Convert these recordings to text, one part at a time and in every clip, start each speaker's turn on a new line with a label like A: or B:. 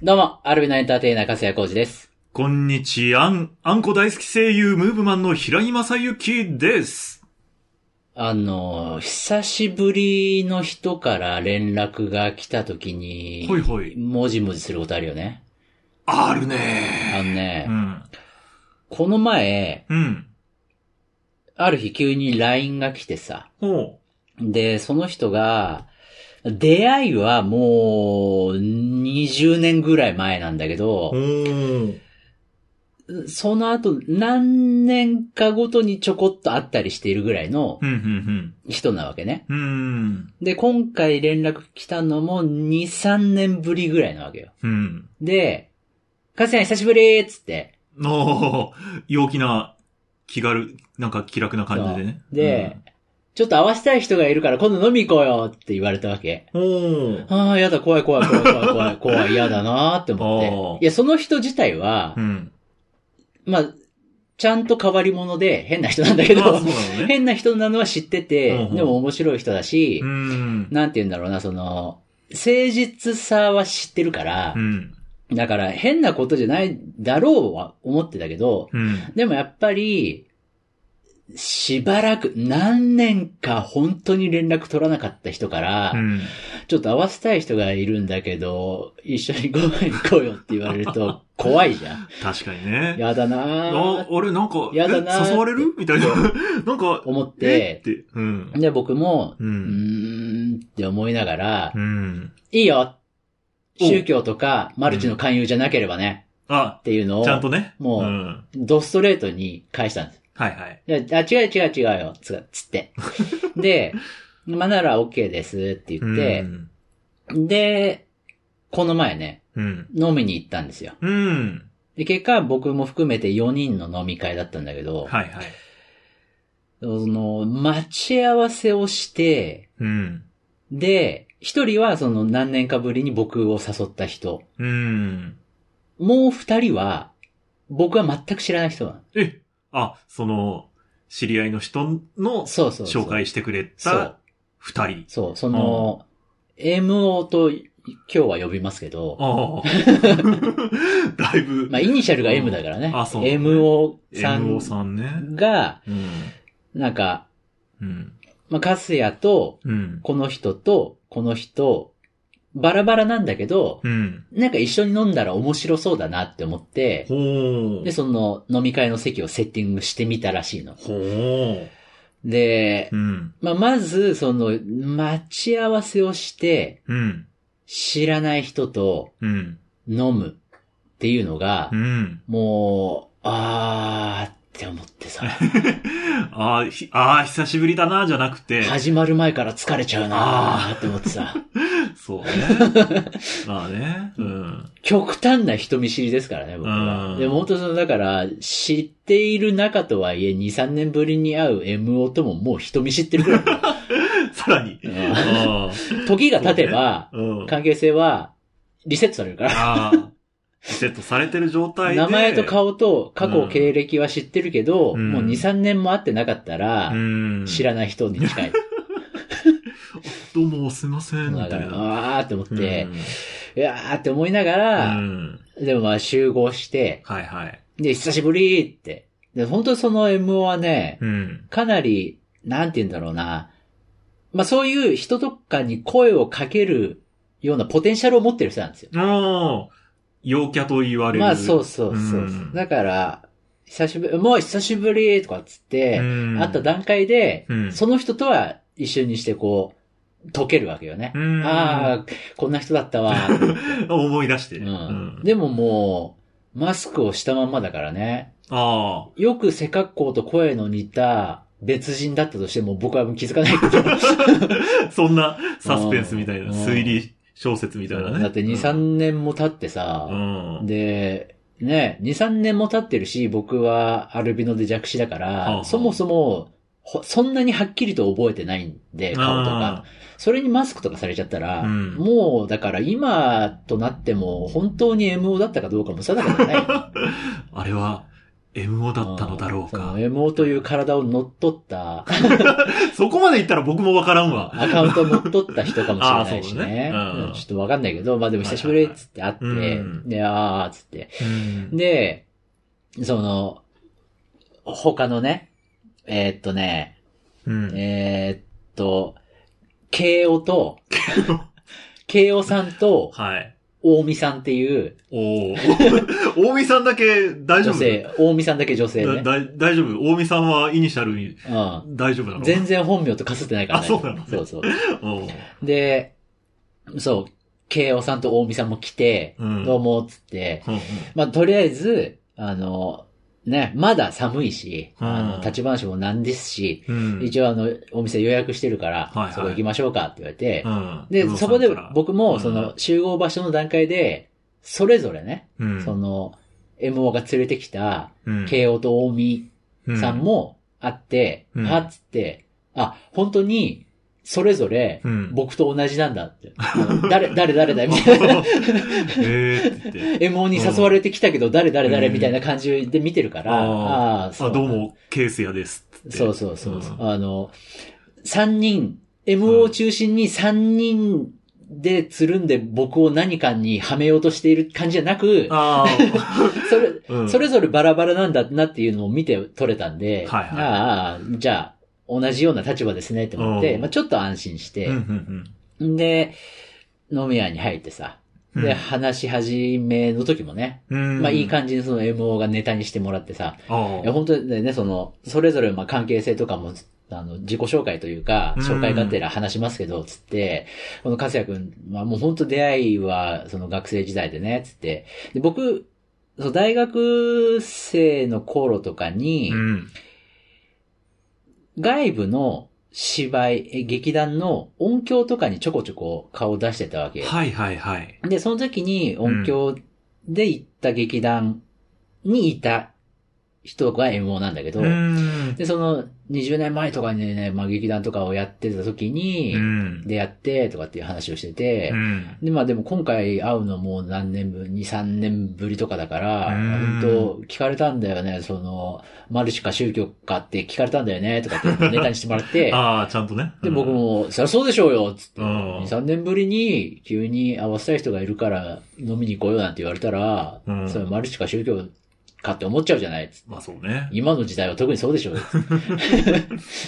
A: どうも、アルビナエンターテイナー、粕谷浩二です。
B: こんにちは、あん、あんこ大好き声優、ムーブマンの平井正幸です。
A: あの、久しぶりの人から連絡が来た時に、
B: ほいほい。
A: もじもじすることあるよね。
B: ある
A: あ
B: ね
A: のね、
B: うん。
A: この前、
B: うん。
A: ある日急に LINE が来てさ、
B: ほ
A: で、その人が、出会いはもう20年ぐらい前なんだけ
B: う。
A: ど
B: ほ、う。
A: その後何年かごとにちょこっと会ったりしているぐらいの
B: うん、うん、
A: 人なわけね。
B: うん。うん。
A: で、今回連絡来たのも2、3年ぶりぐらいなわけよ。
B: うん。
A: で、かつや久しぶりーっつって。
B: おー、陽気な、気軽、なんか気楽な感じでね。
A: そうで、ちょっと会わせたい人がいるから今度飲み行こうよって言われたわけ。
B: うん、おー。
A: ああ、やだ、怖い怖い怖い怖い 怖い怖い、やだなーって思
B: お
A: っ
B: ー
A: て。いや、その人自体は
B: う、ん。
A: まあ、ちゃんと変わり者で変な人なんだ
B: あ
A: け
B: ー、そうな
A: ど
B: の、ね。
A: 変な人なのは知って
B: うん
A: て
B: う、ん
A: でも面白い人だし
B: う、ん。
A: なんて言うんだろうな、その、誠実さは知ってるから
B: う、ん。
A: だから変なことじゃないだろうは思ってたけど、
B: うん。
A: でもやっぱり、しばらく、何年か本当に連絡取らなかった人から、
B: うん。
A: ちょっと会わせたい人がいるんだけど、一緒にご飯行こうよって言われる と怖いじゃん。
B: 確かにね。
A: やだな
B: あ、
A: ぁ。
B: あれ、なんか、え
A: やだなー
B: 誘われるみたいな。 なんか、
A: 思っ、
B: えってて。うん。
A: で、僕も、
B: う
A: うー
B: ん。
A: んって思いながら
B: う、ん。
A: いいよ
B: お
A: 宗教とかマルチの勧誘じゃなければね、
B: あ
A: っ、ていうのを
B: ち、ゃんとね。。
A: もうんドストレートに返したんです。
B: はいはい。
A: いや、あ、違う違う違うよ、つつ って。で、まあなら OK ですって言って
B: う、ん。
A: で、この前ね、
B: うん。
A: 飲みに行ったんですよ。
B: うん。
A: で、結果僕も含めて4人の飲み会だったんだけど、
B: はいはい。
A: その、待ち合わせをして、
B: うん。
A: で、1人はその何年かぶりに僕を誘った人、
B: うん。
A: もう2人は、僕は全く知らない人なの。
B: え、あ、その、知り合いの人の
A: そうそうそう。
B: 紹介してくれ
A: そう
B: た。二人。
A: そう、その、MO と今日は呼びますけど、
B: ああ。だいぶ。
A: まあ、イニシャルが M だからね。
B: あそう
A: MO さ
B: MO
A: ん
B: さんね。
A: が、
B: うん。
A: なんか、
B: うん。
A: まあ、カスヤと、
B: うん。
A: この人と、この人、バラバラなんだけど、
B: うん。
A: なんか一緒に飲んだら面白そうだなって思って、
B: ほー
A: で、その飲み会の席をセッティングしてみたらしいの。
B: ほー
A: で
B: う、ん。
A: まあ、まず、その、待ち合わせをして、
B: うん。
A: 知らない人と
B: うん。
A: 飲むっていうのが
B: う、ん。
A: もう、あーって思って さ。
B: あーひあー、久しぶりだな、じゃなくて。
A: 始まる前から疲れちゃうなーって思ってさ、
B: そうね。まあね。うん。
A: 極端な人見知りですからね、僕は
B: う。ん
A: でも本当その、だから、知っている仲とはいえ、2、3年ぶりに会う MO とももう人見知ってるぐらい だ。
B: さらに。あ
A: うん時が経てば
B: あ。、うん。
A: 関係性はリセットされるから。
B: ああ。リセットされてる状態で。
A: 名前と。顔と過去経歴は知ってるけど、
B: うん
A: もう2、3年も会ってなかったら
B: う、ん。
A: 知らない人に近 い。
B: どうも、すいません。み
A: だ
B: た
A: から、
B: いな。
A: あーって思って
B: うん、、
A: いやーって思いなが
B: う
A: ら、
B: ん。
A: でもまあ集合して、
B: はいはい。
A: で、久しぶりって。で、本当その MO はね、
B: うん。
A: かなり、なんて言うんだろうな。まあそういう人とかに声をかけるようなポテンシャルを持ってる人なんですよ。
B: おー。陽キャと言われる。
A: まあそうそうそう。
B: うん
A: だから、久しぶり、もう久しぶりとかっつって、
B: ん
A: 会った段階で、
B: うん
A: その人とは一緒にしてこう、溶けるわけよね。
B: うん
A: ああ、こんな人だ ったわ。
B: 思い出して。
A: う
B: うんん、
A: でももう、マスクをしたまんまだからね。
B: あ あ。
A: よく背格好と声の似た別人だったとしても僕は気づかないけど。
B: そんなサスペンスみたい
A: うん
B: な、推理小説みたい なね。
A: だって2、3年も経ってさ、
B: うん。うん。
A: で、ね、2、3年も経ってるし、僕はアルビノで弱視だか
B: あ
A: ら、
B: あ
A: そもそも、ほそんなにはっきりと覚えてないんで、顔とか。それにマスクとかされちゃったら、
B: うん
A: もうだから今となっても本当に MO だったかどうかも定かじゃない。
B: あれは、 MO だったのだろう
A: そ
B: か。
A: の MO という体を乗っ取った、
B: そこまで言ったら僕もわからんわ。
A: アカウントを乗っ取った人かもしれないしね。
B: あーそうだねうん
A: うんちょっとわかんないけど、まあでも久しぶりっつって会って、
B: はいはいはいうん
A: で、あーっつって。
B: うん。
A: で、その、他のね、えーっとね、
B: うん。
A: えーっと、慶応 と、慶応さんと、
B: はい。
A: 大見さんっていう、
B: おお 大見さんだけ大
A: 女
B: 丈夫
A: 性、大見さんだけ女性
B: だ
A: ね。
B: だ大丈夫大見さんはイニシャルに
A: うん。
B: 大丈夫なの
A: 全然本名とかすってないからね。
B: あそうなの
A: そうそう。
B: おう
A: で、そう、慶応さんと大見さんも来て、
B: うん
A: どうも、つって、
B: うんうん
A: まあ、とりあえず、あの、ね、まだ寒いし、
B: うん
A: あの、立ち話もなんですし、
B: うん。
A: 一応あの、お店予約してるから、
B: はいはい
A: そこ行きましょうかって言われて、
B: うん
A: で、そこで僕も、そ、
B: うん
A: の、集合場所の段階で、それぞれね、
B: うん
A: その、MO が連れてきた、
B: うん
A: 慶応と大見さんもあって、
B: うん
A: あっつって、あ、本当に、それぞれ
B: う、 ん
A: 僕と同じなんだって。あの誰、誰、誰だみたいな。
B: えーって言って。
A: MO に誘われてきたけど、誰、誰、誰
B: うん
A: みたいな感じで見てるから、あ
B: あ
A: あ、
B: ーあ、どう。も、ケースやですっつって。
A: そうそうそうそう。
B: う
A: あの、三人、MO を中心に三人でつるんで僕を何かにはめようとしている感じじゃなく、
B: あ
A: それ、
B: あ、うん
A: それぞれバラバラなんだなっていうのを見て取れたんで、
B: はいはい
A: ああ、じゃあ、同じような立場ですねって思って、
B: うん
A: まあちょっと安心し
B: うん
A: て、
B: うん
A: で、飲み屋に入ってさ、
B: うん
A: で、話し始めの時もね、
B: うん。
A: まあいい感じにその MO がネタにしてもらってさ、
B: じ。あ
A: いや本当にね、その、それぞれまあ関係性とかも、あの、自己紹介というか、
B: うん
A: 紹介がてら話しますけど、つって、このか也くん、まあもう本当出会いは、その学生時代でね、つって。で、僕、その大学生の頃とかに
B: あ。う、ん。
A: 外部の芝居、え劇団の音響とかにちょこちょこ顔を出してたわけ。
B: はいはいはい。
A: で、その時に音響で行った劇団にいた人が MO なんだけど、
B: うん。
A: で、その、20年前とかにね、まあ、劇団とかをやってた時に
B: う、ん。
A: 出会って、とかっていう話をしてて
B: う、ん
A: で、まあでも今回会うのもう何年ぶり、2、3年ぶりとかだから、
B: うん
A: 本当聞かれたんだよね、その、マルチか宗教かって聞かれたんだよね、とかってネタにしてもらっ て、
B: ああ、ちゃんとね。
A: で、僕
B: うん。
A: も、そりゃそうでしょうよ、つって、
B: うん
A: 2、3年ぶりに急に会わせたい人がいるから飲みに行こうよなんて言われたら、
B: うん
A: それマルチか宗教かって思っちゃうじゃない、つって
B: まあそうね。
A: 今の時代は特にそうでしょうよ、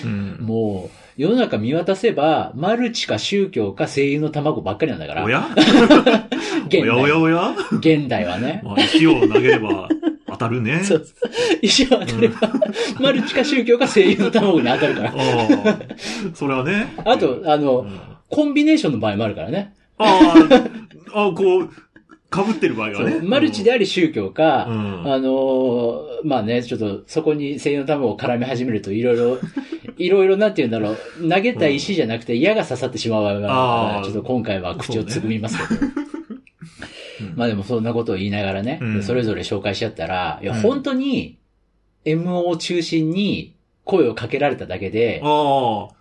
B: うん。
A: もう、世の中見渡せば、マルチか宗教か声優の卵ばっかりなんだから。
B: おや
A: 現
B: おやおや
A: 代。
B: お や
A: 現代はね。
B: まあ石を投げれば当たるね。
A: そう石を当たれば、マルチか宗教か声優の卵に当たる から。
B: ああ、それはね。
A: あと、あの、
B: うん
A: コンビネーションの場合もあるからね。
B: ああ、あこう、被ってる場合が
A: そ
B: ね。
A: うマルチであり宗教か、
B: うん
A: あのーまあね、ちょっとそこに声優の卵を絡み始めると、いろい ろ、いろいろなんて言うんだろう、投げた石じゃなくて矢が刺さってしまう場合があるから
B: あー
A: ちょっと今回は口をつぐみますけど。
B: うん
A: まあでもそんなことを言いながらね、
B: うん
A: それぞれ紹介しちゃったら、いや、
B: うん
A: 本当に、MO を中心に声をかけられただけで、
B: あ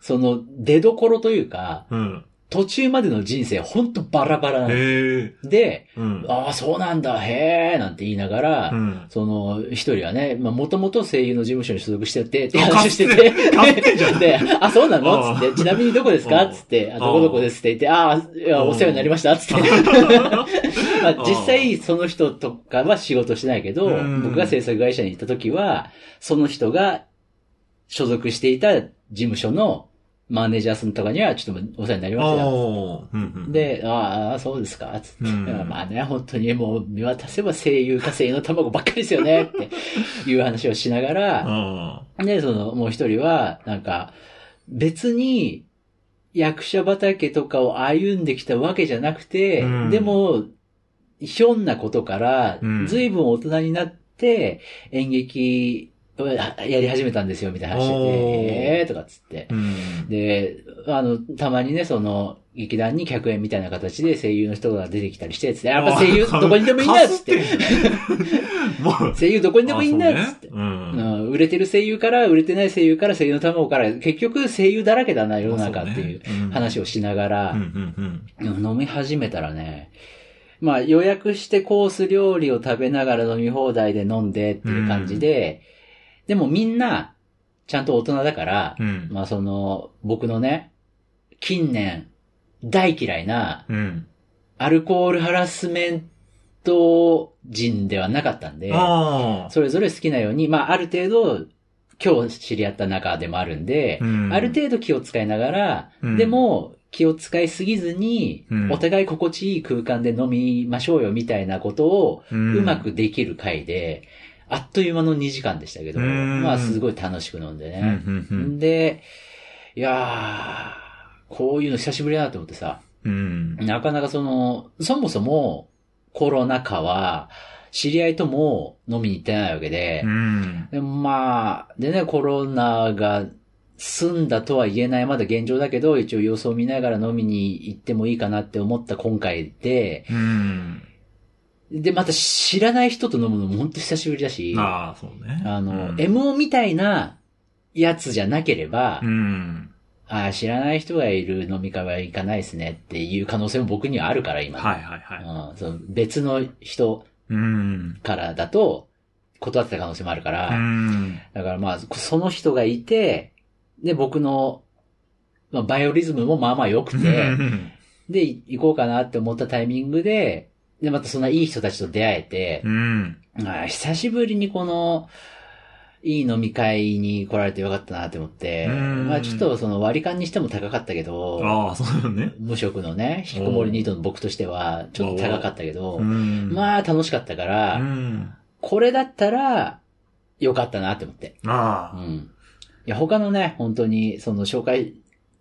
A: その出どころというか、
B: あ、うん。
A: 途中までの人生本当バラバラなの
B: へえ、
A: で、
B: うん。
A: ああ、そうなんだ、へえ、なんて言いながら、
B: うん。
A: その、一人はね、まあ、もともと声優の事務所に所属してて、って
B: あ
A: 話してて
B: 勝手勝手じゃ、ん
A: で、あ、そうな
B: あ
A: のつって、ちなみにどこですか
B: あ
A: つって、あ、どこどこですって言って、ああ、いや
B: うん
A: お世話になりましたつって。まあ、実際、その人とかは仕事してないけど、
B: うん
A: 僕が制作会社に行った時は、その人が所属していた事務所のマネージャーさんとかには、ちょっとお世話になりましたよ。
B: ああ、うんうん。、
A: で、ああ、そうですかつって。
B: うん
A: いやまあね、本当にもう見渡せば声優か声優の卵ばっかりですよね、っていう話をしながら、
B: あ
A: で、その、もう一人は、なんか、別に、役者畑とかを歩んできたわけじゃなくて、
B: うん
A: でも、ひょんなことから
B: う、ん
A: 随分大人になって、演劇をやり始めたんですよ、みたいな話して
B: おー
A: て、えーとかっつって
B: あ、う。ん。
A: で、あの、たまにね、その、劇団に客演みたいな形で声優の人が出てきたりして、つって、やっぱ声優どこにでもいいんだっつって、
B: もう、
A: 声優どこにでもいいんだっつって。
B: あそ
A: う
B: うねうん。
A: ん、売れてる声優から、売れてない声優から、声優の卵から、結局声優だらけだな、世の中っていう
B: まあそうねうん
A: 話をしながら
B: うん、うん
A: 飲み始めたらね、まあ予約してコース料理を食べながら飲み放題で飲んでっていう感じで、でもみんな、ちゃんと大人だから、
B: うん。
A: まあその、僕のね、近年、大嫌いな、
B: うん。
A: アルコールハラスメント人ではなかったんで、
B: ああ。
A: それぞれ好きなように、まあある程度、今日知り合った仲でもあるんで、
B: うん
A: ある程度気を使いながら、
B: うん
A: でも気を使いすぎずに、
B: うん
A: お互い心地いい空間で飲みましょうよみたいなことを
B: う
A: うんまくできる回で、あっという間の2時間でしたけど、
B: うん
A: まあすごい楽しく飲んで
B: うん
A: ね。
B: うん
A: で、いやー、こういうの久しぶりだなと思ってさ、
B: うんうん
A: なかなかその、そもそもコロナ禍は知り合いとも飲みに行ってないわけで、
B: うん
A: で、まあ、でね、コロナが済んだとは言えない、まだ現状だけど、一応様子を見ながら飲みに行ってもいいかなって思った今回で、
B: うん
A: で、また知らない人と飲むのも本当久しぶりだし、あ
B: ああ、そうね。
A: の、
B: うん
A: MO みたいなやつじゃなければ、
B: うん。
A: ああ、知らない人がいる飲み会は行かないですねっていう可能性も僕にはあるから、今。
B: はいはいはい。
A: うん、その別の人
B: うん。
A: からだと、断ってた可能性もあるから、
B: うん。
A: だからまあ、その人がいて、で、僕の、まあ、バイオリズムもまあまあ良くて、で、い行こうかなって思ったタイミングで、で、またそんないい人たちと出会え
B: うん。
A: て、ああ久しぶりにこの、いい飲み会に来られてよかったなって思って、
B: うん
A: まあちょっとその割り勘にしても高かったけど、
B: ああ、そうよね。
A: 無職のね、引きこもりニートの僕としては、ちょっと高かったけど
B: う、ん。
A: まあ楽しかったか
B: あう
A: ら、
B: ん。
A: これだったら、よかったなって思って。う
B: ああ。
A: ん。いや、他のね、本当に、その、紹介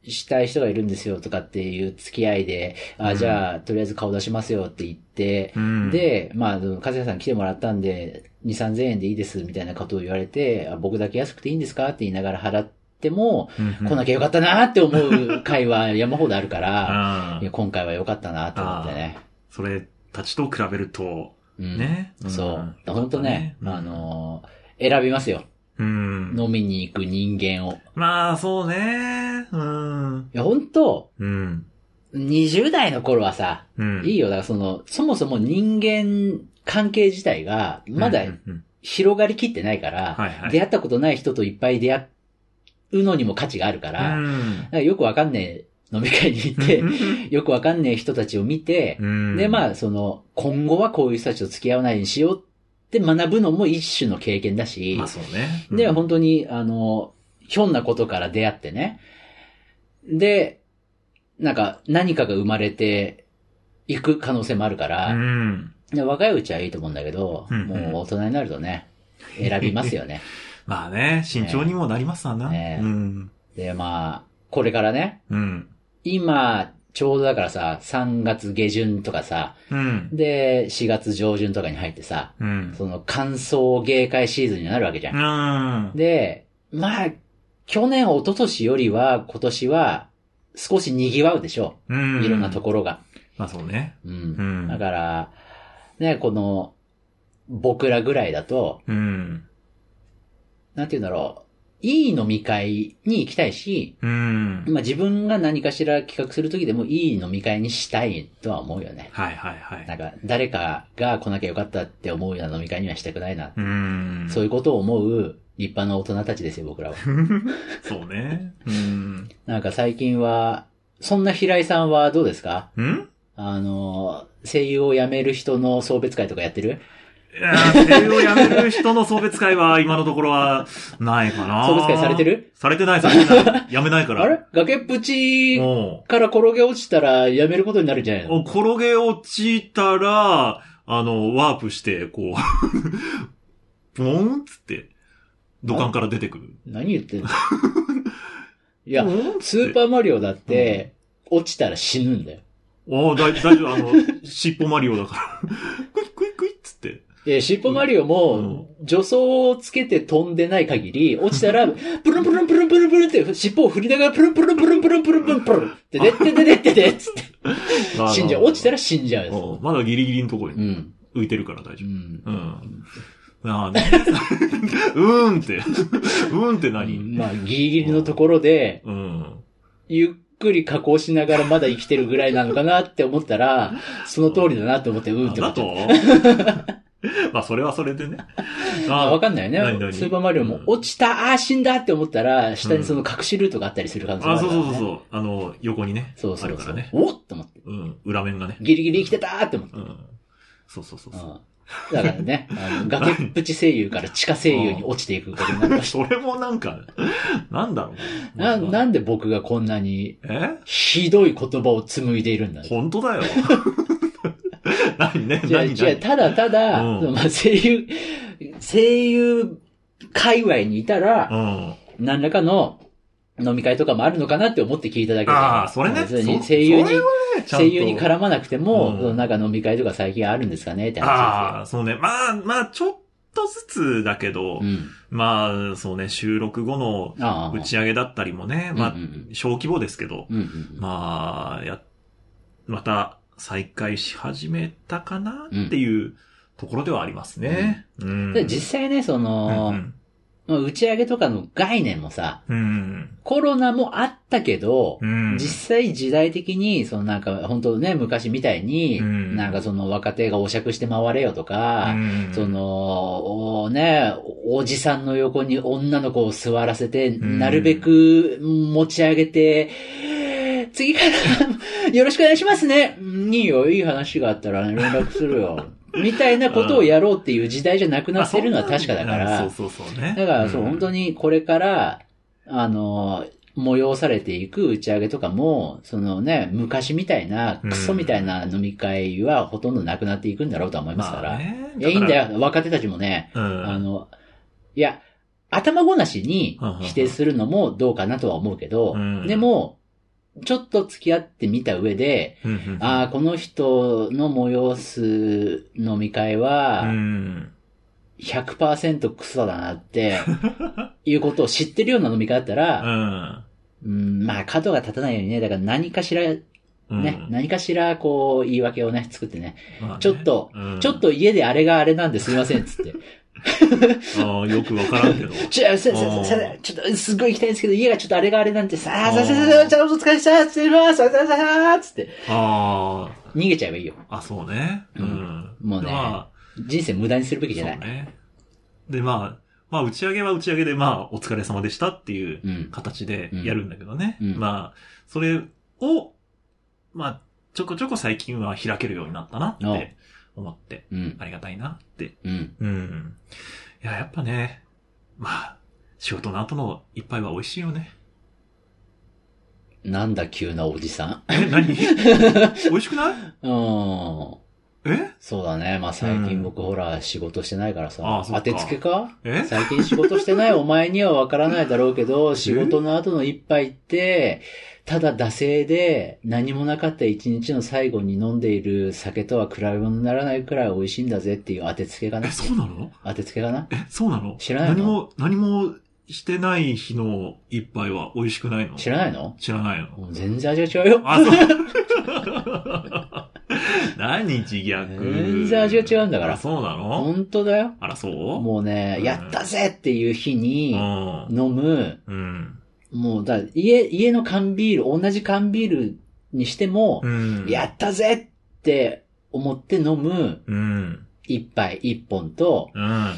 A: したい人がいるんですよとかっていう付き合いで、
B: う
A: あ、
B: ん
A: じゃあ、とりあえず顔出しますよって言って、
B: うん。、
A: で、まあ、かずやさん来てもらったんで、2、3000円でいいですみたいなことを言われて、あ僕だけ安くていいんですかって言いながら払っても、来な
B: き
A: きゃよかったなって思う会は山ほどあるか ら、
B: ゃ
A: いや今回はよかったなと思ってね。
B: それたちと比べると、
A: うん、
B: ね。
A: そう。本当ね、
B: うん
A: あのー選びますよ。
B: うん。
A: 飲みに行く人間を。い
B: まあ、そうね。うん。
A: や、本当
B: うん。
A: 20代の頃はさ、
B: うん。
A: いい
B: い。
A: よ。だからその、そもそも人間関係自体が、まだ広がりきってないから、
B: はいはい
A: 出会ったことない人といっぱい出会うのにも価値があるから、
B: う
A: なん
B: ん。
A: かよくわかんねえ飲み会に行って、よくわかんねえ人たちを見て、
B: うん。
A: で、
B: あ、
A: まあ、その、今後はこういう人たちと付き合わないようにしようって学ぶのも一種の経験だし、
B: まあそうね。
A: で、本当に、あの、ひょんなことから出会ってね。で、なんか、何かが生まれて、いく可能性もあるから、
B: うん。
A: で若いうちはいいと思うんだけど、
B: うんうん
A: もう大人になるとね、選びますよ ね。
B: まあね、慎重にもなりますわな。
A: ね
B: うん。
A: で、まあ、これからね、
B: うん。
A: 今、ちょうどだからさ、3月下旬とかさ、
B: うん。
A: で、4月上旬とかに入ってさ、
B: うん。
A: その、乾燥芸会シーズンになるわけじゃん
B: う。ん。
A: で、まあ、去年、一昨年よりは、今年は、少し賑わうでしょ
B: う
A: う。
B: ん。
A: いろんなところが。
B: まあそうね。
A: う。
B: うんん。
A: だから、ね、この、僕らぐらいだと、
B: うん。
A: なんて言うんだろう。いい飲み会に行きたいし、
B: うん。
A: まあ自分が何かしら企画するときでもいい飲み会にしたいとは思うよね。
B: はいはいは。
A: ないんか、誰かが来なきゃよかったって思うような飲み会にはしたくないな。
B: うん。
A: そういうことを思う立派な大人たちですよ、僕らは。
B: そうね。うん。
A: なんか最近は、そんな平井さんはどうですか
B: うん
A: あの、声優を辞める人の送別会とかやってる
B: いやー声優を辞める人の送別会は今のところはないかな。
A: 送別会されてる
B: されてない、されてない。辞めないから。
A: あれ崖っぷち
B: も、
A: から転げ落ちたら辞めることになるんじゃないうの
B: お転げ落ちたら、あの、ワープして、こう、ポンっつって、土管から出てくる。
A: 何言 ってんのい
B: い
A: や、スーパーマリオだって、落ちたら死ぬんだよ。
B: おーだい大丈夫、あの、尻尾マリオだから。クイックイックイッつって。
A: え、尻尾マリオも、助走をつけて飛んでない限り、落ちたら、プルンプルンプルンプルンプルンって、尻尾を振りながら、プルンプルンプルンプルンプルンプルンプルンって、でってででってでっつって、死んじゃう。落ちた
B: ら
A: ら死んじゃうやつ。
B: まだギリギリのところ
A: う
B: に
A: ん。
B: 浮いてるから大丈
A: う。
B: 夫
A: ん
B: う。ん。ああ、ね、 うーんって。うーんって何
A: まあ、ギリギリのところで、
B: うん。
A: ゆっくり加工しながらまだ生きてるぐらいなのかなって思ったら、その通りだなと思って、うんって思
B: だ
A: って。
B: と まあ、それはそれでね。
A: あわかんないね
B: 何。何
A: スーパーマリオも、落ちたあー死んだって思ったら、下にその隠しルートがあったりする感じ
B: あ、そうそうそうそう。あの、横にね。
A: そうそう
B: あるか
A: そ
B: ら
A: う
B: ね。。
A: おっと思って。
B: うん。裏面がね。
A: ギリギリ生きてたーって思って。
B: うん。そうそうそうそう。
A: うんだからね、あの崖っぷち声優から地下声優に落ちていくことになりまし
B: それもなんか、 なんだろう。
A: た。な、なんで僕がこんなに
B: え
A: ひどい言葉を紡いでいるんだ
B: 本当だよ。 何ね、
A: じゃあ、
B: 何
A: じゃあ
B: 何
A: ただただ、
B: うん
A: そのまあ、声優、声優界隈にいたら、
B: うん。
A: 何らかの飲み会とかもあるのかなって思って聞いただけで。
B: ああ、それね。
A: 別に
B: そ
A: 声優
B: それ
A: に
B: は、ねちゃんと
A: 声優に絡まなくても、
B: うん
A: そのなんか飲み会とか最近あるんですかねって話
B: あ
A: で
B: あ、そうね。まあ、まあ、ちょっとずつだけ
A: すよ。
B: ど、
A: うん。
B: まあ、そうね、収録後の
A: ああ。
B: 打ち上げだったりもね、まあ
A: うんうんうん、
B: 小規模ですけど、
A: うんうんうん。
B: まあ、や、また再開し始めたかなっていうところではありますね。うん。
A: で実際ね、その、
B: うん
A: まあ打ち上げとかの概念もさ、
B: うん。
A: コロナもあったけど
B: う、ん。
A: 実際時代的に、そのなんか、本当ね、昔みたいに、
B: うん
A: なんかその若手がお酌して回れよと
B: う
A: か、
B: ん
A: そ、の、おね、おじさんの横に女の子を座らせて、
B: ん
A: なるべく持ち上げて、次から よろしくお願いしますね。うんいいよ、いい話があったら連絡するよ。みたいなことをやろうっていう時代じゃなくなってるのは確かだか
B: まあそ
A: ら
B: う、そうそうね。
A: だから、そう、本当
B: に。
A: にこれから、あの、催されていく打ち上げとかも、そのね、昔みたいな、
B: うん
A: クソみたいな飲み会はほとんどなくなっていくんだろうとは思いますか
B: ま
A: ら。
B: あね
A: いや、いいん
B: よ。
A: だよ。若手たちもね、
B: うん。
A: あの、いや、頭ごなしに否定するのもどうかなとは思うけど、
B: うん
A: でも、ちょっと付き合ってみた上で、
B: うんうん
A: ああ、この人の催す飲み会は、
B: うん。
A: 100%クソだなって、いうことを知ってるような飲み会だったら、う
B: うん。
A: ん、まあ角が立たないようにね、だから何かしら、ね、
B: うん
A: 何かしらこう言い訳をね、作ってね、
B: まあね
A: ちょっと、
B: うん
A: ちょっと家であれがあれなんですいません、つって。
B: ああ、よくわからんけど。
A: ちょ、すいません
B: おー
A: すいませんちょっと、すっごい行きたいんですけど、家がちょっとあれがあれなんてさ、あ、
B: お
A: さ
B: ー
A: さささ、じゃあお疲れさ、すいません、さささ、つって、
B: あ
A: 逃げちゃえばいいよ。
B: あ、あ、そうね。うん。
A: うんもうね
B: まあ、
A: 人生無駄にするべきじ
B: そう
A: ゃない。
B: ね。で、まあ、まあ、打ち上げは打ち上げで、まあ、お疲れ様でしたっていう
A: うん。
B: 形でやるんだけどね。
A: うんうん
B: まあ、それを、まあ、ちょこちょこ最近は開けるようになったなって思って、
A: うん。
B: ありがたいなって。
A: うん。
B: うん。いや、やっぱね、まあ、仕事の後の一杯は美味しいよね。
A: なんだ急なおじさ
B: え、 何美味しくな
A: ん。
B: い
A: うん。
B: え
A: そうだね。まあ最近僕ほら仕事してないからさ。
B: ああそっ
A: 当
B: か
A: てつけか
B: え
A: 最近仕事してないお前にはわからないだろうけど、仕事の後の一杯って、ただ惰性で何もなかった一日の最後に飲んでいる酒とは比べ物にならないくらい美味しいんだぜっていう当てつけかな
B: え、そうなの
A: 当てつけかな
B: え、そうなの
A: 知らないの
B: 何も、何もしてない日の一杯は美味しくないの
A: 知らないの
B: 知らないの
A: もう全然味が違うよ。
B: あ、そう。 何自虐。
A: 全然味が違うんだから
B: あそうなの
A: 本当だよ。
B: あら、そう
A: もうね、
B: うん
A: やったぜっていう日
B: う
A: に
B: ん。
A: 飲む、
B: うん。
A: もうだ、家、家の缶ビール、同じ缶ビールにしても、
B: うん。
A: やったぜって思って飲む
B: うん。
A: 一杯一本と、
B: うん。、
A: 今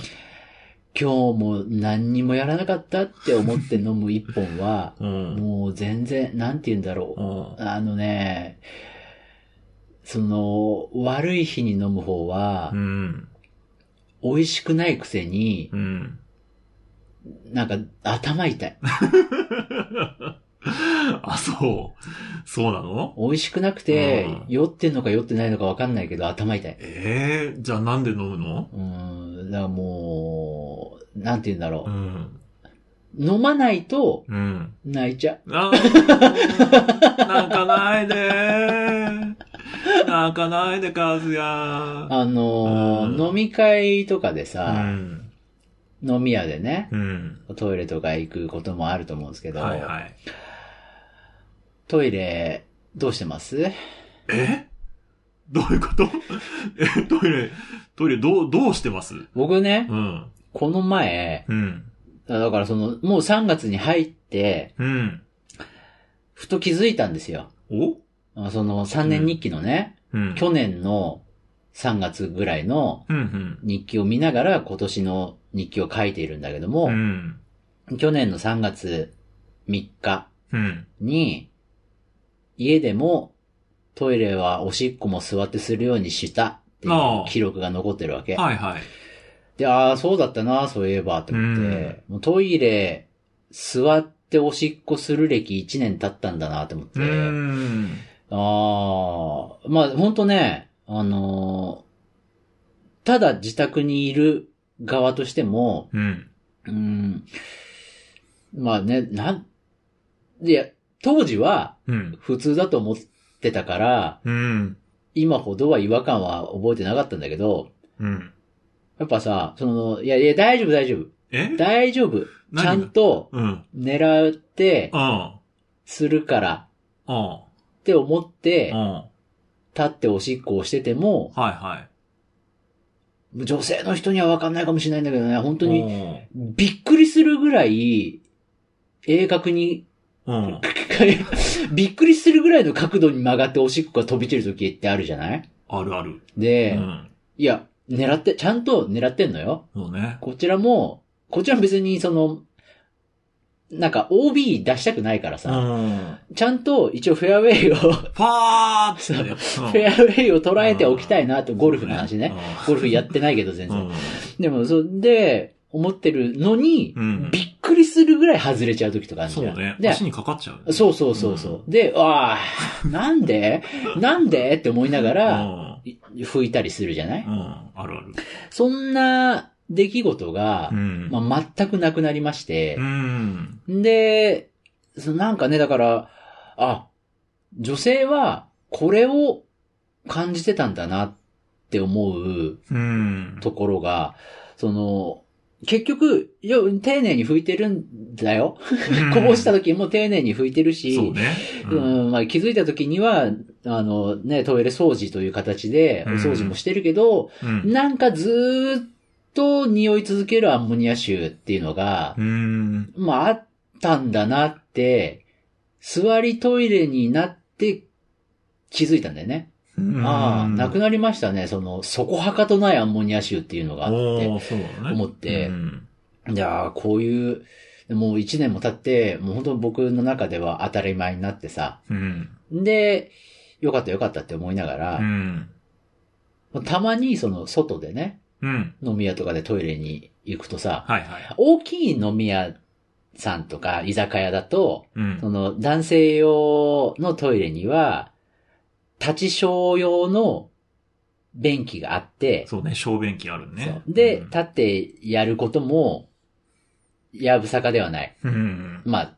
A: 日も何にもやらなかったって思って飲む一本は
B: うん。
A: もう全然、なんて言うんだろ
B: う
A: う。
B: ん。
A: あのね、その、悪い日に飲む方は
B: う、ん。
A: 美味しくないくせに、
B: うん。
A: なんか頭痛い。
B: あ、そう。そうなの
A: 美味しくなくて
B: うん、
A: 酔ってんのか酔ってないのかわかんないけど頭痛い。
B: ええじゃあなんで飲むの
A: うん、だからもう、なんて言うんだろ
B: うん。
A: う。飲まないと
B: うん。
A: 泣いちゃう。
B: あー泣かないでー。泣かないで、カズヤ。
A: あのー
B: うん
A: 飲み会とかで
B: う
A: さ、
B: ん。
A: 飲み屋でね、
B: うん。
A: トイレとか行くこともあると思うんですけど、
B: はいはい。
A: トイレ、どうしてます
B: えどういうこと え、トイレ、トイレどう、どうしてます
A: 僕ね、
B: うん。
A: この前、
B: うん。
A: だからその、もう3月に入って、
B: うん。
A: ふと気づいたんですよ。
B: お
A: あその3年日記のね、
B: うん。
A: 去年の3月ぐらいの
B: うん、
A: 日記を見ながら今年の日記を書いているんだけど
B: う
A: も
B: ん。う、ん。
A: 去年の3月3日
B: うん。
A: に、家でもトイレはおしっこも座ってするようにしたってい
B: あ
A: う
B: あ
A: 記録が残ってるわけ。
B: はいはい。
A: で、ああ、そうだったな、そういえば、と思って、もうトイレ座っておしっこする歴1年経ったんだな、と思っ
B: う
A: て。
B: ーん。
A: ああ、まあほんとね、あのーただ自宅にいる側としても、
B: うん。
A: うん、まあね、なん、いや、当時は
B: うん。
A: 普通だと思ってたから、
B: うん。
A: 今ほどは違和感は覚えてなかったんだけど、
B: うん。
A: やっぱさ、その、いやいや、大丈夫大丈夫。
B: え
A: 大丈夫。
B: 何
A: ち
B: が
A: ゃんと
B: うん。
A: 狙って
B: あ
A: するから
B: あ。あ
A: って思って
B: あ。あ、あ。
A: 立っておしっこをしてても、
B: はいはい。
A: 女性の人には分かんないかもしれないんだけどね、本当に
B: に。
A: びっくりするぐらい、鋭角に、
B: うん。
A: びっくりするぐらいの角度に曲がっておしっこが飛び散る時ってあるじゃない
B: あるある。
A: で、
B: うん。
A: いや、狙って、ちゃんと狙ってんのよ。
B: そうね。
A: こちらも、こちらも別にその、なんか OB 出したくないから
B: う
A: さ、
B: ん。
A: ちゃんと一応フェアウェイを、フ
B: ファーってね。
A: ェアウェイを捉えておきたいなと、ゴルフの話ね。ゴルフやってないけど全
B: う
A: 然。
B: ん。
A: でも、そんで、思ってるのに、
B: うん
A: びっくりするぐらい外れちゃう時とかある
B: そ
A: じ
B: う
A: ゃん。
B: ね。
A: で
B: 足にかかっちゃうね。
A: そうそうそうそう。で、ああ、なん でなんでって思いなが
B: う
A: ら、
B: ん。
A: い拭いたりするじゃない
B: うん。あるある。
A: そんな出来事が
B: う、ん。
A: まあ、全くなくなりまして
B: う、ん。
A: で、そなんかね、だから、あ、女性はこれを感じてたんだなって思う
B: うん。
A: ところが、その、結局、いや丁寧に拭いてるんだよ。こぼした時も丁寧に拭いてるし、
B: そうね。
A: うんまあ、気づいた時には、あのね、トイレ掃除という形で、お
B: うん
A: 掃除もしてるけど、
B: うん。
A: なんかずーっと匂い続けるアンモニア臭っていうのが、
B: うん。
A: まあ、あったんだなって、座りトイレになって気づいたんだよね。
B: うん
A: ああ、なくなりましたね。その、底はかとないアンモニア臭っていうのがあって。
B: おーそうだね。
A: 思って
B: うん
A: いやー、こういう、もう一年も経って、もう本当に僕の中では当たり前になってさ。
B: うん。
A: で、よかったよかったって思いなが
B: う
A: ら、
B: ん。
A: たまにその外でね、
B: うん。
A: 飲み屋とかでトイレに行くとさ、
B: はいはい。
A: 大きい飲み屋さんとか居酒屋だと、
B: うん。
A: その男性用のトイレには、立ち小用の便器があって、
B: そうね、小便器あるね。
A: そうで、
B: うん
A: 立ってやることも、やぶさかではない。
B: うん。
A: まあ、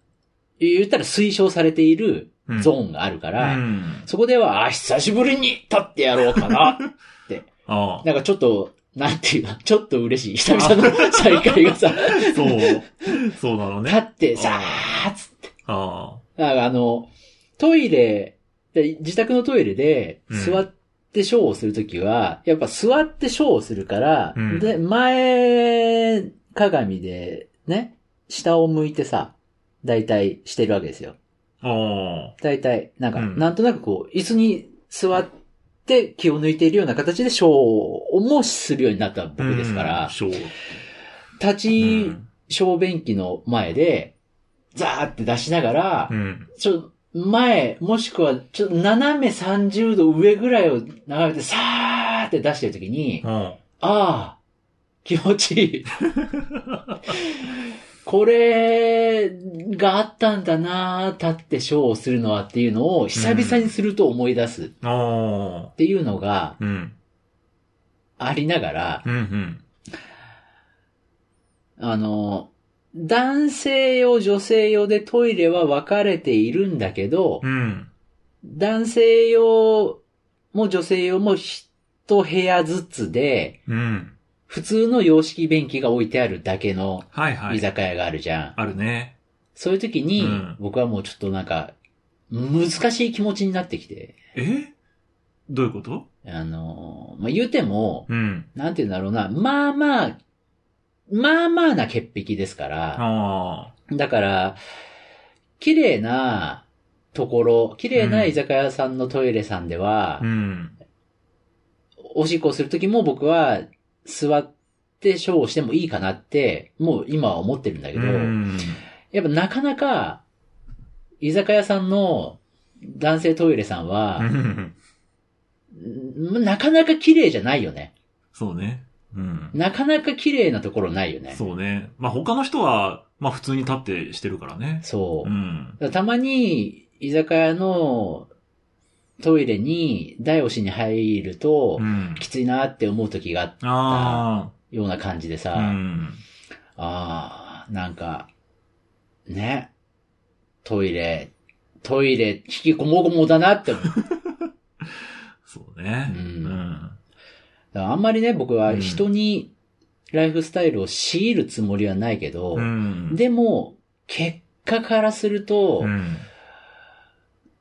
A: 言ったら推奨されている
B: うん
A: ゾーンがあるから、
B: うん
A: そこでは、あ、久しぶりに立ってやろうか な。
B: ああ。
A: なんかちょっと、なんていうか、ちょっと嬉しい。久々の再会がさ、
B: そう。そうなの
A: 立
B: ね。
A: ってさーつっ
B: ああ。
A: て。なんかあの、トイレ、で自宅のトイレで
B: うん
A: 座ってショーをするときは、やっぱ座ってショーをするから、
B: うん
A: で、前、鏡でね、下を向いてさ、大体してるわけですよ。
B: あ
A: 大体、なんか、
B: うん
A: なんとなくこう、椅子に座って気を抜いているような形でショーをもするようになった
B: あ。
A: 僕ですから、
B: 小。
A: 立
B: う
A: ち
B: ん。
A: 小便器の前で、ザーって出しながら、
B: うん。
A: ちょ、前、もしくは、ちょっと斜め30度上ぐらいを眺めて、さーって出してるときに、
B: うん
A: ああ、気持ち いい。これがあったんだなぁ、立ってショーをするのはっていうのを久々にすると思い出すっ
B: ああ。
A: ていうのが
B: うん。
A: ありながら、
B: うん。うん。
A: あの、男性用、女性用でトイレは分かれているんだけど、
B: うん。
A: 男性用も女性用も一部屋ずつで、
B: うん。
A: 普通の洋式便器が置いてあるだけの
B: はいは
A: 居
B: い。
A: 酒屋があるじゃん。
B: あるね。
A: そういう時に、
B: うん
A: 僕はもうちょっとなんか、難しい気持ちになってきて、
B: えどういうこと
A: あの、まあ、言うても、
B: うん。
A: なんて言うんだろうな、まあまあ、まあまあな潔癖ですから、
B: ああ。
A: だから、綺麗なところ、綺麗な居酒屋さんのトイレさんでは、
B: うん。
A: おしっこをするときも僕は座ってショーをしてもいいかなって、もう今は思ってるんだけ
B: う
A: ど、
B: ん。
A: やっぱなかなか、居酒屋さんの男性トイレさん
B: う
A: は、
B: ん
A: んなかなか綺麗じゃないよね。
B: そうね。うん。
A: なかなか綺麗なところないよね。
B: そうね。まあ、他の人は、まあ、普通に立ってしてるからね。
A: そう
B: う。ん。
A: だからたまに、居酒屋のトイレに台押しに入ると
B: う、ん。
A: きついなって思う時があっ
B: あ
A: たような感じでさ、
B: あ。うん。
A: ああ、なんか、ね、トイレ、トイレ、引きこもごもだなって思う。
B: そうね。
A: う
B: うんん。
A: だからあんまりね、僕は
B: うん
A: 人にライフスタイルを強いるつもりはないけど、
B: うん。
A: でも、結果からすると、
B: うん。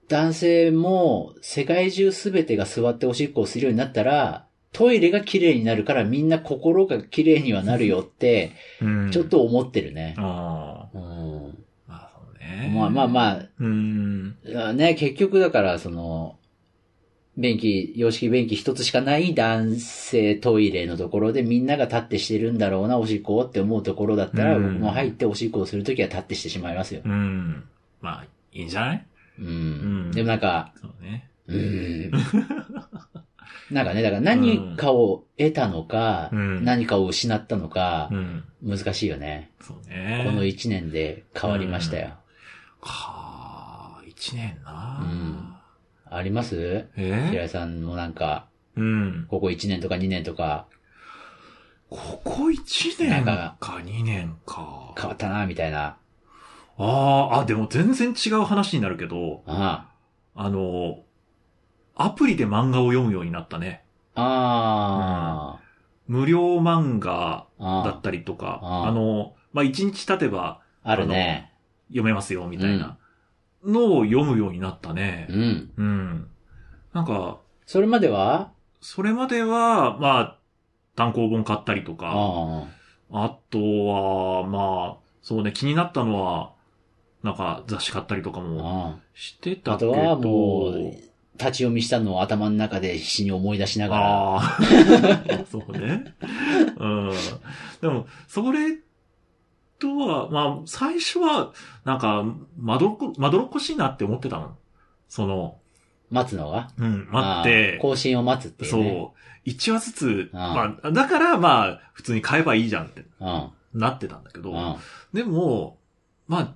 A: 男性も世界中すべてが座っておしっこをするようになったら、トイレが綺麗になるからみんな心が綺麗にはなるよって、
B: うん。
A: ちょっ。と思ってるね。
B: あ
A: うん。
B: あ。まあ、そうね。
A: まあまあまあ、
B: うん。
A: あね、結局だから、その、便器、洋式便器一つしかない男性トイレのところでみんなが立ってしてるんだろうな、おしっこをって思うところだったら、
B: うん
A: 僕も入っておしっこをするときは立ってしてしまいますよ。
B: うん。まあ、いいんじゃない
A: うん。
B: ん
A: でもなんか、
B: そうね。
A: うん。なんかね、だから何かを得たのか、
B: うん
A: 何かを失ったのか
B: う、ん。
A: 難しいよね。
B: そうね。
A: この一年で変わりましたよ。
B: かあ一年な。
A: うんあります平
B: え
A: 井さんもなんか、
B: うん。
A: ここ一年とか二年とか、
B: ここ一
A: なん
B: 年
A: か
B: か二年か。
A: 変わったな、みたいな。
B: ああー、あ、でも全然違う話になるけど、
A: あ
B: あの、アプリで漫画を読むようになったね。
A: あ。あ
B: 無料漫画
A: あ。あ
B: だ
A: あ
B: ったりとか、
A: あ
B: あ
A: あ
B: の、まあ、一日経てば
A: あるね。
B: 読めますよ、みたいなのを読むようになったね
A: う。ん。
B: うん。なんか、
A: それまでは
B: それまでは、まあ、単行本買ったりとか、
A: あ
B: あとは、まあ、そうね、気になったのは、なんか雑誌買ったりとか
A: あ。
B: も
A: あ
B: して
A: あ。あ
B: た
A: と
B: けど、
A: はもう、立ち読みしたのを頭の中で必死に思い出しながら。
B: あ あ、そうね。うん。でも、それとは、まあ、最初は、なんか、まどろこ、まどろっこしいなって思ってたの。その、
A: 待つのが
B: うん、待って
A: ああ、更新を待つっていうね。
B: そう、一話ずつ、
A: あ
B: まあ、だから、まあ、普通に買えばいいじゃんって
A: そう。うん。
B: なってたんだけど、
A: うん。
B: でも、まあ、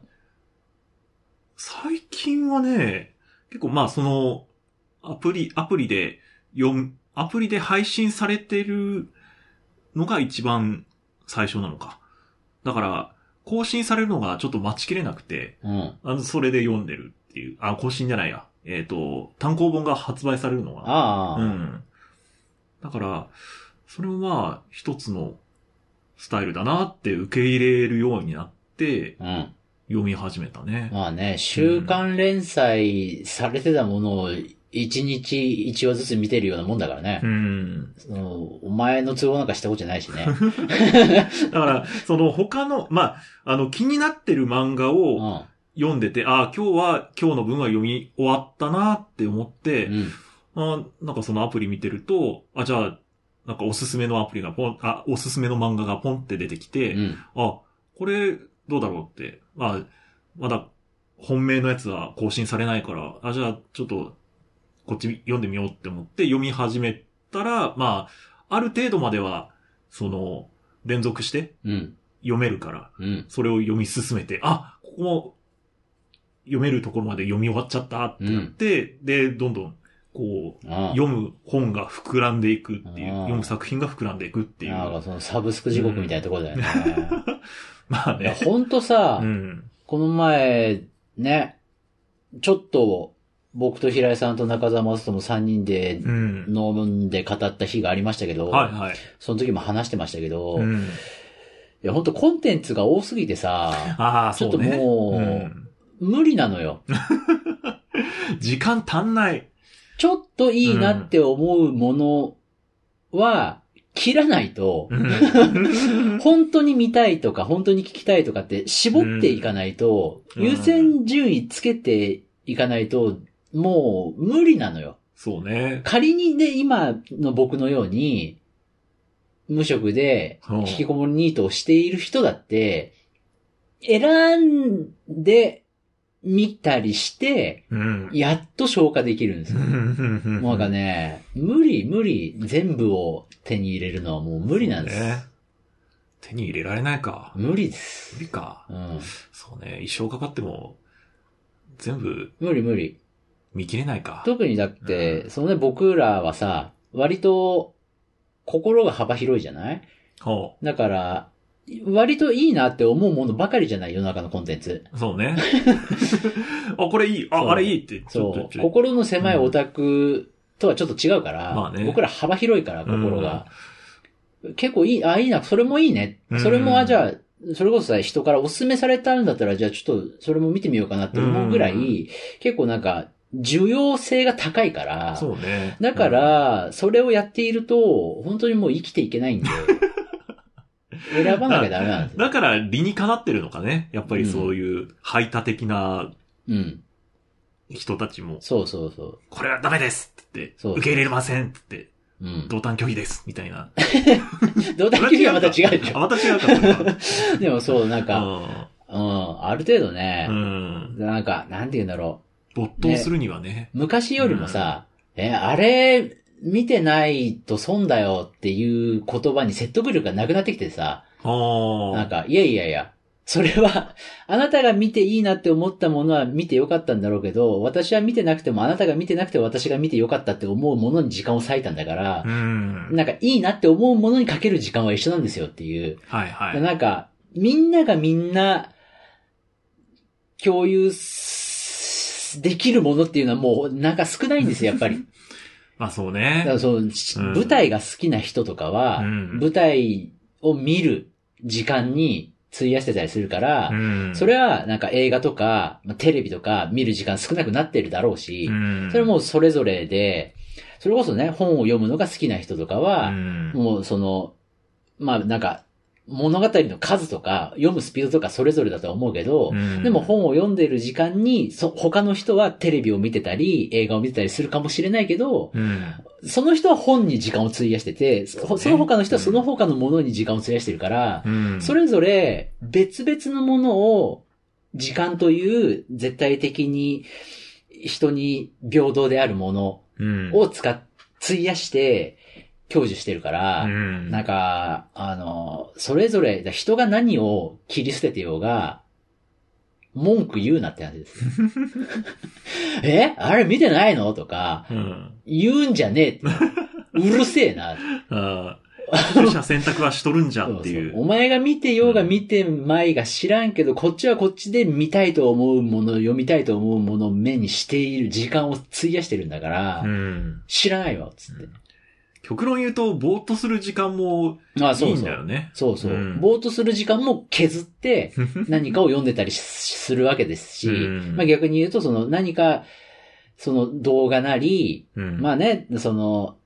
B: 最近はね、結構まあその、アプリ、アプリで読む、アプリで配信されてるのが一番最初なのか。だから、更新されるのがちょっと待ちきれなくて、
A: うん。
B: あの、それで読んでるっていう。あ、更新じゃないや。えっ、と、単行本が発売されるのが。
A: ああ。
B: うん。だから、それもまあ、一つのスタイルだなって受け入れるようになって、
A: うん。
B: 読み始めたね。
A: まあね、週刊連載されてたものを一日一話ずつ見てるようなもんだからね
B: う。ん。
A: そのお前の都合なんかしたことじゃないしね。
B: だから、その他の、まあ、あの、気になってる漫画
A: う
B: を
A: ん。
B: 読んでて、ああ、今日は、今日の分は読み終わったなって思って、
A: うん。
B: あーなんかそのアプリ見てると、あ、じゃあ、なんかおすすめのアプリがポン、あ、おすすめの漫画がポンって出てきて、
A: うん。
B: あ、これ、どうだろうって。まあ、まだ、本命のやつは更新されないから、あ、じゃあ、ちょっと、こっち読んでみようって思って読み始めたら、まあ、ある程度までは、その、連続して
A: うん。
B: 読めるから、
A: うん。
B: それを読み進めて、あ、ここも、読めるところまで読み終わっちゃったってなって、で、どんどん、こう、
A: ああ
B: 読む本が膨らんでいくっていう
A: あ、あ
B: 読む作品が膨らんでいくっていう。
A: なんかそのサブスク地獄みたいなところだよね。
B: まあ
A: いや、
B: ね。
A: ほんとさ、
B: うん。
A: この前、ね、ちょっと、僕と平井さんと中澤正人も3人で
B: うん。
A: 飲んで語った日がありましたけど、
B: はいはい。
A: その時も話してましたけど、い
B: ん、
A: や、ほんとコンテンツが多すぎてさ、
B: ああ、そう
A: ち
B: ね。
A: ょっともうん無理なのよ。
B: 時間足んない。
A: ちょっといいなって思うものは、切らないと、 本当に見たいとか、本当に聞きたいとかって絞っていかないと、
B: うん
A: 優先順位つけていかないと、もう無理なのよ。
B: そうね。
A: 仮にね、今の僕のように、無職で、
B: うん
A: 引きこもりニートをしている人だって、選んで、見たりして、
B: うん。
A: やっと消化できるんですよ。も
B: も
A: うなんかね、無理無理、全部を手に入れるのはもう無理なんです。
B: ね。手に入れられないか。無
A: 無理です。
B: 理か。
A: うん。
B: そうね。一生かかっても、全部
A: 無理無理。
B: 見切れないか。
A: 特にだって、
B: うん
A: そのね、僕らはさ、割と、心が幅広いじゃない
B: ほ
A: だから、割といいなって思うものばかりじゃない、世の中のコンテンツ。
B: う。そうね。 あ、これいい。
A: そう
B: あ、あれいいって。ちょっ
A: そ
B: と
A: う。
B: ちょっと
A: 心の狭いオタクとはちょっと違うから、
B: まあね
A: 僕ら幅広いから、心が。結構いい、あ、いいな、それもいいね。
B: うん
A: それも、あ、じゃあ、それこそさ、人からお勧めされたんだったら、じゃあちょっと、それも見てみようかなって思うぐらい、
B: うん
A: 結構なんか、需要性が高いから、
B: そうね。
A: だか
B: うん、
A: ら、それをやっていると、本当にもう生きていけないん で、選ばなきゃダメなんです
B: だ
A: よ。
B: から理にかなってるのかね。やっぱりそういう排他的な
A: うん。
B: 人たちも、
A: そうそうそう。
B: これはダメですって
A: そ
B: 言
A: う
B: って、受け入れませんって言って、
A: うん。
B: 同担拒否ですみた いな。
A: どうだけはまた違うでし
B: あ、
A: ょ。
B: また違うか
A: でも そう、なんか、
B: な。
A: うん、ある程度ね
B: う、ん。
A: なんか、なんて言うんだろ
B: 没頭するにはね。
A: う。昔よりもさ、え、あれ、見てないと損だよっていう言葉に説得力がなくなってきてさ、
B: ああ。
A: なんか、いやいやいや、それは、 あなたが見ていいなって思ったものは見てよかったんだろうけど、私は見てなくても、あなたが見てなくて私が見てよかったって思うものに時間を割いたんだから
B: う、ん。
A: なんか、いいなって思うものにかける時間は一緒なんですよっていう。
B: はいはい。
A: なんか、みんながみんな、共有すできるものっていうのはもう、なんか少ないんですよ、やっぱり。
B: まあそう
A: だから
B: ね。
A: その、し
B: うん
A: 舞台が好きな人とかは、
B: うん
A: 舞台を見る時間に費やしてたりするから、
B: うん。
A: それはなんか映画とか、まあテレビとか見る時間少なくなってるだろうし、
B: うん、
A: それもうそれぞれで、それこそね、本を読むのが好きな人とか
B: う
A: は、
B: ん、
A: もうその、まあなんか、物語の数とか、読むスピードとかそれぞれだとは思うけど、
B: うん
A: でも、本を読んでる時間に、そ、他の人はテレビを見てたり、映画を見てたりするかもしれないけど、
B: うん。
A: その人は本に時間を費やしてて、そその他の人はその他のものに時間を費やしてるから、
B: うん。
A: それぞれ別々のものを時間という絶対的に人に平等であるもの
B: うん、
A: を使っ、費やして享受してるから、
B: うん、
A: なんか、あの、それぞれ、だ人が何を切り捨ててようが、文句言うなって話 です。えあれ見てないのとか、
B: うん。
A: 言うんじゃねえ って。うるせえな。
B: ああ。取捨選択はしとるんじゃって い
A: そうそうお
B: う。
A: 前が見てようが見てまいが知らんけど、こっちはこっちで見たいと思うもの、読みたいと思うものを目にしている時間を費やしてるんだから、
B: うん。
A: 知らないわ、つって。
B: 極論言うと、ぼーっとする時間も
A: あ、
B: い
A: そ
B: いう
A: そ
B: ん
A: う
B: だ。よね。
A: そうそう、
B: うん
A: ぼーっとする時間も削って、 何かを読んでたりしするわけですし、
B: うん
A: まあ逆に言うと、その何か、その動画なり、
B: うん
A: まあね、その、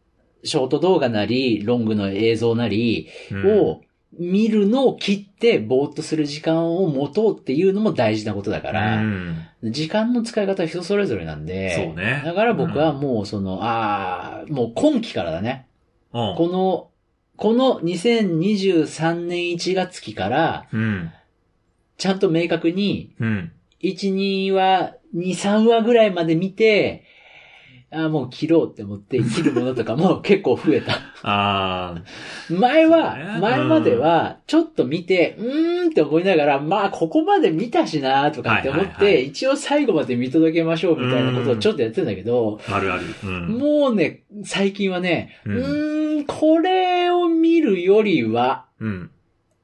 A: ショート動画なり、ロングの映像なりを見るのを切って、ぼーっとする時間を持とうっていうのも大事なことだか
B: う
A: ら、
B: ん
A: 時間の使い方は人それぞれなんで、
B: そうね
A: だから僕はもうその、ああ、もう今期からだね。
B: うん
A: この、この2023年1月期から、
B: うん。
A: ちゃんと明確に、
B: うん。
A: 1、2話、2、3話ぐらいまで見て、あもう切ろうって思って、切るものとかも結構増えた。
B: ああ。
A: 前
B: そうねう
A: は、
B: ん
A: 前までは、ちょっと見て、うーんって思いながら、まあ、ここまで見たしなとかって思っ
B: はいはいは
A: て、一応最後まで見届けましょうみたいなことをちょっとやってんだけど、
B: あるある。うん。
A: もうね、最近はね、う
B: うん
A: ーん、これを見るよりは、
B: うん。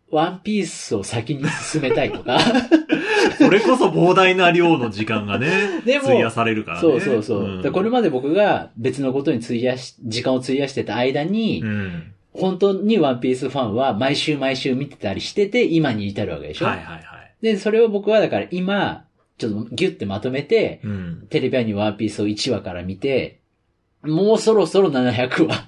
A: ワンピースを先に進めたいと か、
B: それこそ膨大な量の時間がね、
A: でも
B: 費やされるからね。
A: そうそうそう。
B: ん
A: でこれまで僕が別のことに費やし、時間を費やしてた間に、
B: うん。
A: 本当にワンピースファンは毎週毎週見てたりしてて、今に至るわけでしょ、
B: はいはいはい。
A: で、それを僕はだから今、ちょっとギュッてまとめて、
B: うん。
A: テレビアニメワンピースを1話から見て、もうそろそろ700話。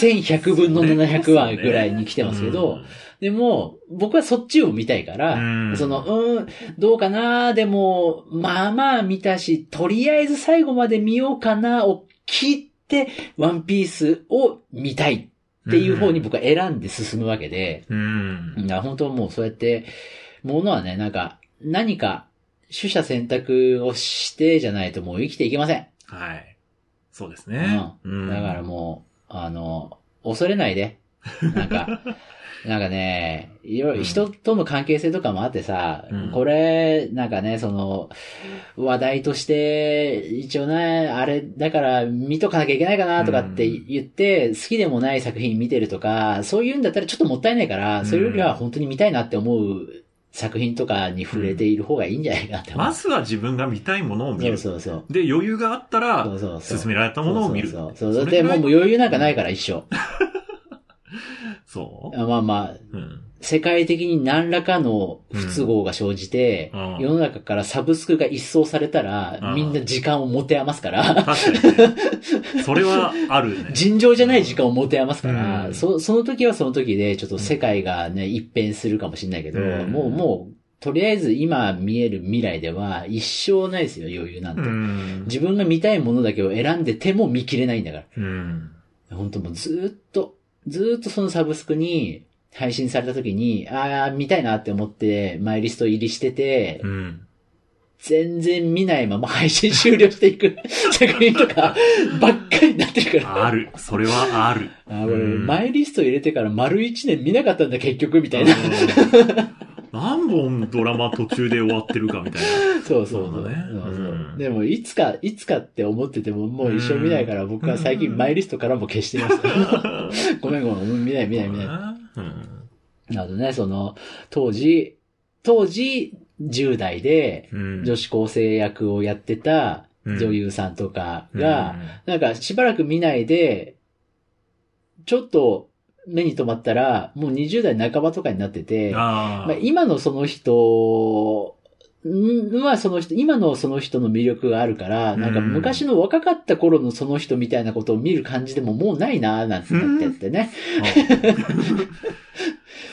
A: 1100分の700話ぐらいに来てますけど、でも、僕はそっちを見たいから、
B: うん
A: その、うん、どうかな、でも、まあまあ見たし、とりあえず最後まで見ようかな、を切って、ワンピースを見たいっていう方に僕は選んで進むわけで、
B: うん、
A: いや本当もうそうやって、ものはね、なんか、何か、取捨選択をしてじゃないともう生きていけません。
B: はい。そうですね。うん
A: だからもう、あの、恐れないで。なん か、なんかね、いろい
B: うん
A: ろ人との関係性とかもあってさ、
B: うん
A: これ、なんかね、その、話題として、一応ね、あれ、だから見とかなきゃいけないかなとかって
B: うん
A: 言って、好きでもない作品見てるとか、そういうんだったらちょっともったいないから、それよりは本当に見たいなって思う作品とかに触れている方がいいんじゃないかなって思う。
B: まずは自分が見たいものを見
A: そう
B: る。
A: そうそう。
B: で、余裕があった
A: そ
B: ら
A: う、そうそう。
B: 勧められたものを見る。
A: そうそうそう。だっ
B: それ
A: て
B: ぐら
A: も
B: いう
A: 余裕なんかないから、一生。
B: そう
A: あまあまあ、
B: うん。
A: 世界的に何らかの不都合が生じて、
B: うん
A: 世の中からサブスクが一掃されたら、
B: うん
A: みんな時間を持て余すから、
B: 確かに、 ね。それはあるね。
A: 尋常じゃない時間を持て余すから、
B: うん
A: そその時はその時で、ちょっと世界がね、一変するかもしれないけど、
B: うん
A: もうもう、とりあえず今見える未来では一生ないですよ、余裕なんて。
B: うん。
A: 自分が見たいものだけを選んでても見切れないんだから。
B: うん。
A: 本当もうずーっと、ずーっとそのサブスクに配信された時に、ああ、見たいなって思って、マイリスト入りしてて、
B: うん。
A: 全然見ないま ま配信終了してい く作品とかばっかりになってるから。
B: ある。それはある。
A: あー俺
B: うん
A: マイリスト入れてから丸一年見なかったんだ結局、みたいな。
B: うん何本ドラマ途中で終わってるかみたい
A: そうそうそう。
B: そうだね
A: そうそう
B: うん
A: でも、いつか、いつかって思ってても、もう一生見ないから、僕は最
B: う
A: 近
B: ん
A: マイリストからも消してま した。
B: な。
A: ごめんごめん、見ない見ない見ない。
B: うん。
A: なのでね、その、当時、当時、10代で、
B: うん。
A: 女子高生役をやってた
B: うん
A: 女優さんとかが、なんかしばらく見ないで、ちょっと目に留まったら、もう20代半ばとかになって
B: う
A: て、
B: ん、あ
A: まあ、今のその人、んはその人、今のその人の魅力があるから、なんか
B: うん
A: 昔の若かった頃のその人みたいなことを見る感じでももうないなーなんてなってってね。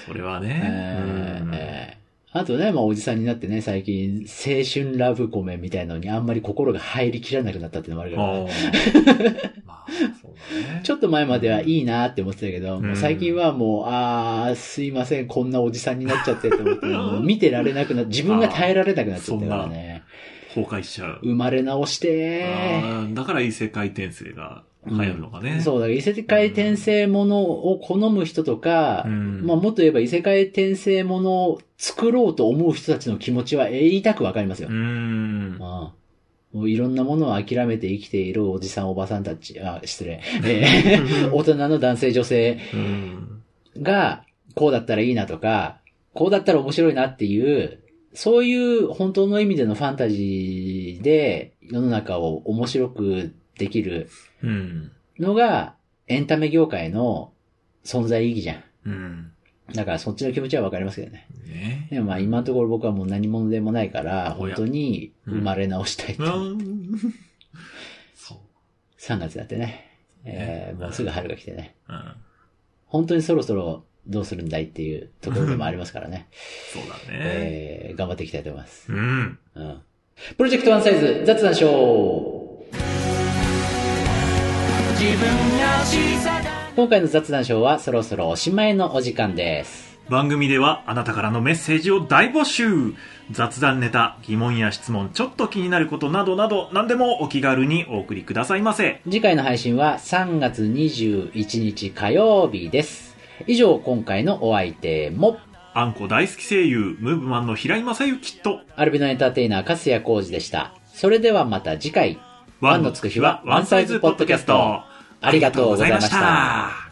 B: それはね。
A: え
B: うん
A: ーえーあとね、まあ、おじさんになってね、最近、青春ラブコメみたいなのにあんまり心が入りきらなくなったっていうのもあるから、
B: あーまあ、そうだね。
A: ちょっと前まではいいなって思ってたけど、
B: うん
A: もう最近はもう、あー、すいません、こんなおじさんになっちゃってって思って、もう見てられな くな、自分が耐えられなくなっちゃったからね。
B: 崩壊しちゃう。
A: 生まれ直して
B: あーだから異世界転生が流行るのかね。
A: そうだ、異世界転生ものを好む人とか、
B: うん
A: まあもっと言えば異世界転生ものを作ろうと思う人たちの気持ちは言いたくわかりますよ
B: う。ん。
A: ああもういろんなものを諦めて生きているおじさんおばさんたち、あ、失礼。 えー大人の男性女性
B: うん。
A: が、こうだったらいいなとか、こうだったら面白いなっていう、そういう本当の意味でのファンタジーで世の中を面白くできる
B: うん。
A: のがエンタメ業界の存在意義じゃん。
B: うん。
A: だからそっちの気持ちはわかりますけどね。
B: ね。
A: でもまあ今のところ僕はもう何者でもないから、
B: お
A: 本
B: や
A: 当に生まれ直したいと
B: う
A: 思う。
B: ん。そう。
A: 3月だってね。えー、もうすぐ春が来てね。
B: うん。
A: 本当にそろそろどうするんだいっていうところでもありますからね。
B: そうだね。
A: えー、頑張っていきたいと思います。
B: うん。
A: うん。プロジェクトワンサイズ雑談ショー今回の雑談ショーはそろそろおしまいのお時間です。
B: 番組ではあなたからのメッセージを大募集雑談ネタ、疑問や質問、ちょっと気になることなどなど何でもお気軽にお送りくださいませ。
A: 次回の配信は3月21日火曜日です。以上、今回のお相手も、
B: あんこ大好き声優、ムーブマンの平井正幸と、
A: アルビノエンターテイナー、粕谷浩二でした。それではまた次回。
B: ワンのつく日はワンサイズポッドキャスト。
A: ありがとうございました。